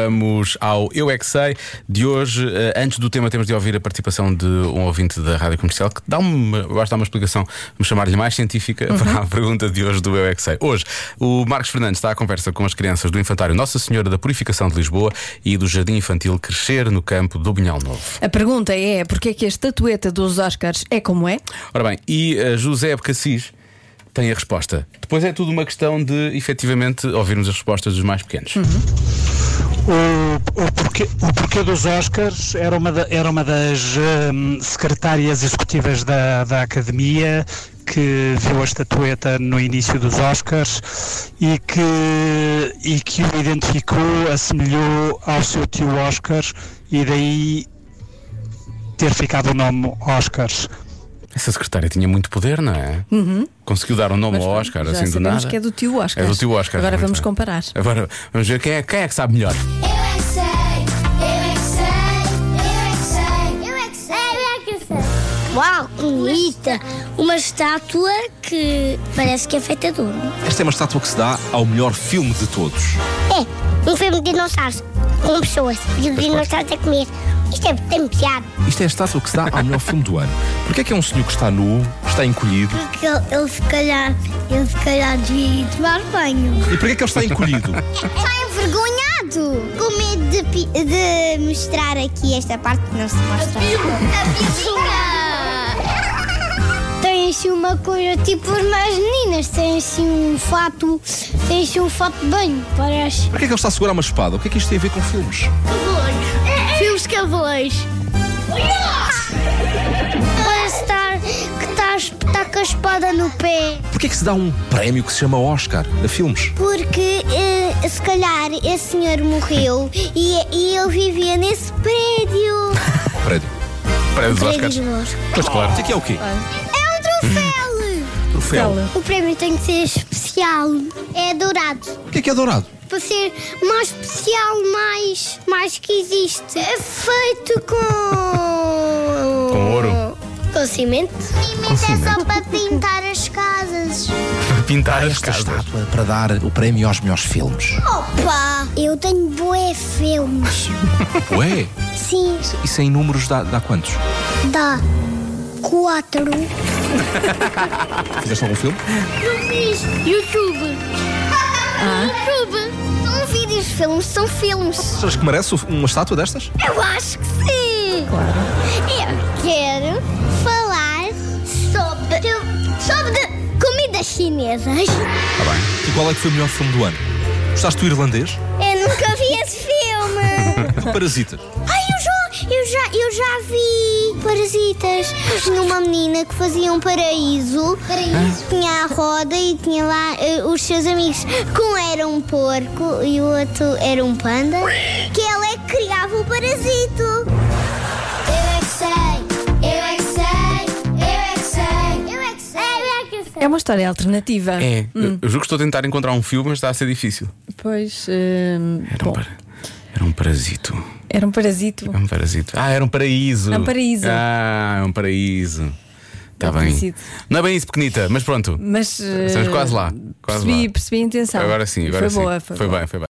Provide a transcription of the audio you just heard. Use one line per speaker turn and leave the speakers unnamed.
vamos ao Eu É Que Sei de hoje. Eh, Antes do tema, temos de ouvir a participação de um ouvinte da rádio comercial que dá uma, eu acho que dá uma explicação, vamos chamar-lhe mais científica, para a pergunta de hoje do Eu É Que Sei. Hoje, o Marcos Fernandes está à conversa com as crianças do Infantário Nossa Senhora da Purificação de Lisboa e do Jardim Infantil Crescer no Campo do Bunhal Novo.
A pergunta é: porque é que a estatueta dos Oscars é como é?
Ora bem, e eh, José Abcacis tem a resposta. Depois é tudo uma questão de efetivamente ouvirmos as respostas dos mais pequenos.
O, o, porquê, o porquê dos Oscars era uma, da- era uma das hum, secretárias executivas da, da academia que viu a estatueta no início dos Oscars e que, e que o identificou, assemelhou ao seu tio Oscar e daí ter ficado o nome Oscars.
Essa secretária tinha muito poder, não é? Conseguiu dar um nome
Uhum. Mas
ao
pronto,
Oscar,
já
assim do
sabemos
nada.
que é do tio Oscar.
É do tio Oscar.
Agora
muito
vamos
bem.
comparar.
Agora vamos ver quem é, quem é que sabe melhor.
Eu é que sei, eu é que sei, eu é que sei, eu é que sei, eu é que sei. Uau, que bonita! Uma estátua que parece que é feita de ouro.
Esta é uma estátua que se dá ao melhor filme de todos.
É, um filme de dinossauros, com pessoas e os dinossauros a comer. Isto é tem piada,
Isto é a estátua que se dá ao melhor filme do ano. Porquê é que é um senhor que está nu, está encolhido?
porque ele, ele se calhar, ele se calhar devia ir tomar banho.
E porquê é que ele está encolhido?
Está envergonhado! Com medo de, mostrar aqui esta parte que não se mostra. A Tem assim uma coisa tipo as mais meninas, tem assim um fato, tem assim um fato de banho, parece.
Porquê é que ele está a segurar uma espada? O que é que isto tem a ver com filmes?
Cavões. Filmes cavões. Parece estar, que está a espetar com a espada no pé.
Porquê é que se dá um prémio que se chama Oscar a filmes?
Porque eh, se calhar esse senhor morreu e, e ele vivia nesse prédio.
Prédio.
Para os
Prédio
Oscars.
de Oscar.
Mas claro. Isto aqui é o quê?
É um troféu!
Troféu.
O prémio tem que ser especial. É dourado.
O que é que é dourado?
Para ser mais especial, mais, mais que existe. É feito com.
Com ouro?
Com cimento. Cimento é só para pintar as casas.
Para pintar as
Esta
casas.
é estátua para dar o prémio aos melhores filmes.
Opa! Eu tenho bué filmes.
Ué,
Sim,
isso é em números dá, dá quantos?
dá quatro.
Fizeste algum filme?
YouTube. YouTube. São vídeos, filmes, são filmes.
Achas que merece uma estátua destas?
Eu acho que sim! Claro. Eu quero falar sobre, sobre comidas chinesas.
E qual é que foi o melhor filme do ano? Gostaste do irlandês?
Eu nunca vi esse filme!
E do Parasitas?
Ai, eu já, eu já, eu já vi Parasitas numa menina que fazia um paraíso. Paraíso? Tinha a roda e tinha lá eh, os seus amigos. Que um era um porco e o outro era um panda. Que ela é que criava o parasito. Eu é que sei, eu é que sei, eu é que sei, eu é que sei, eu é que sei.
É uma história alternativa.
É. Eu, eu juro que estou a tentar encontrar um filme, mas está a ser difícil.
Pois. hum,
Era um,
bom,
para- era um parasito.
era um parasito.
Era um parasito. Ah, era um paraíso.
É um paraíso.
Ah, é um paraíso. Está
É
bem.
parecido.
Não é bem isso, pequenita, mas pronto.
Mas.
Estamos
eh,
quase lá. Quase
percebi,
lá.
percebi a intenção.
Agora sim,
E
agora
foi
sim.
Boa, foi,
foi
boa.
bem, foi bem.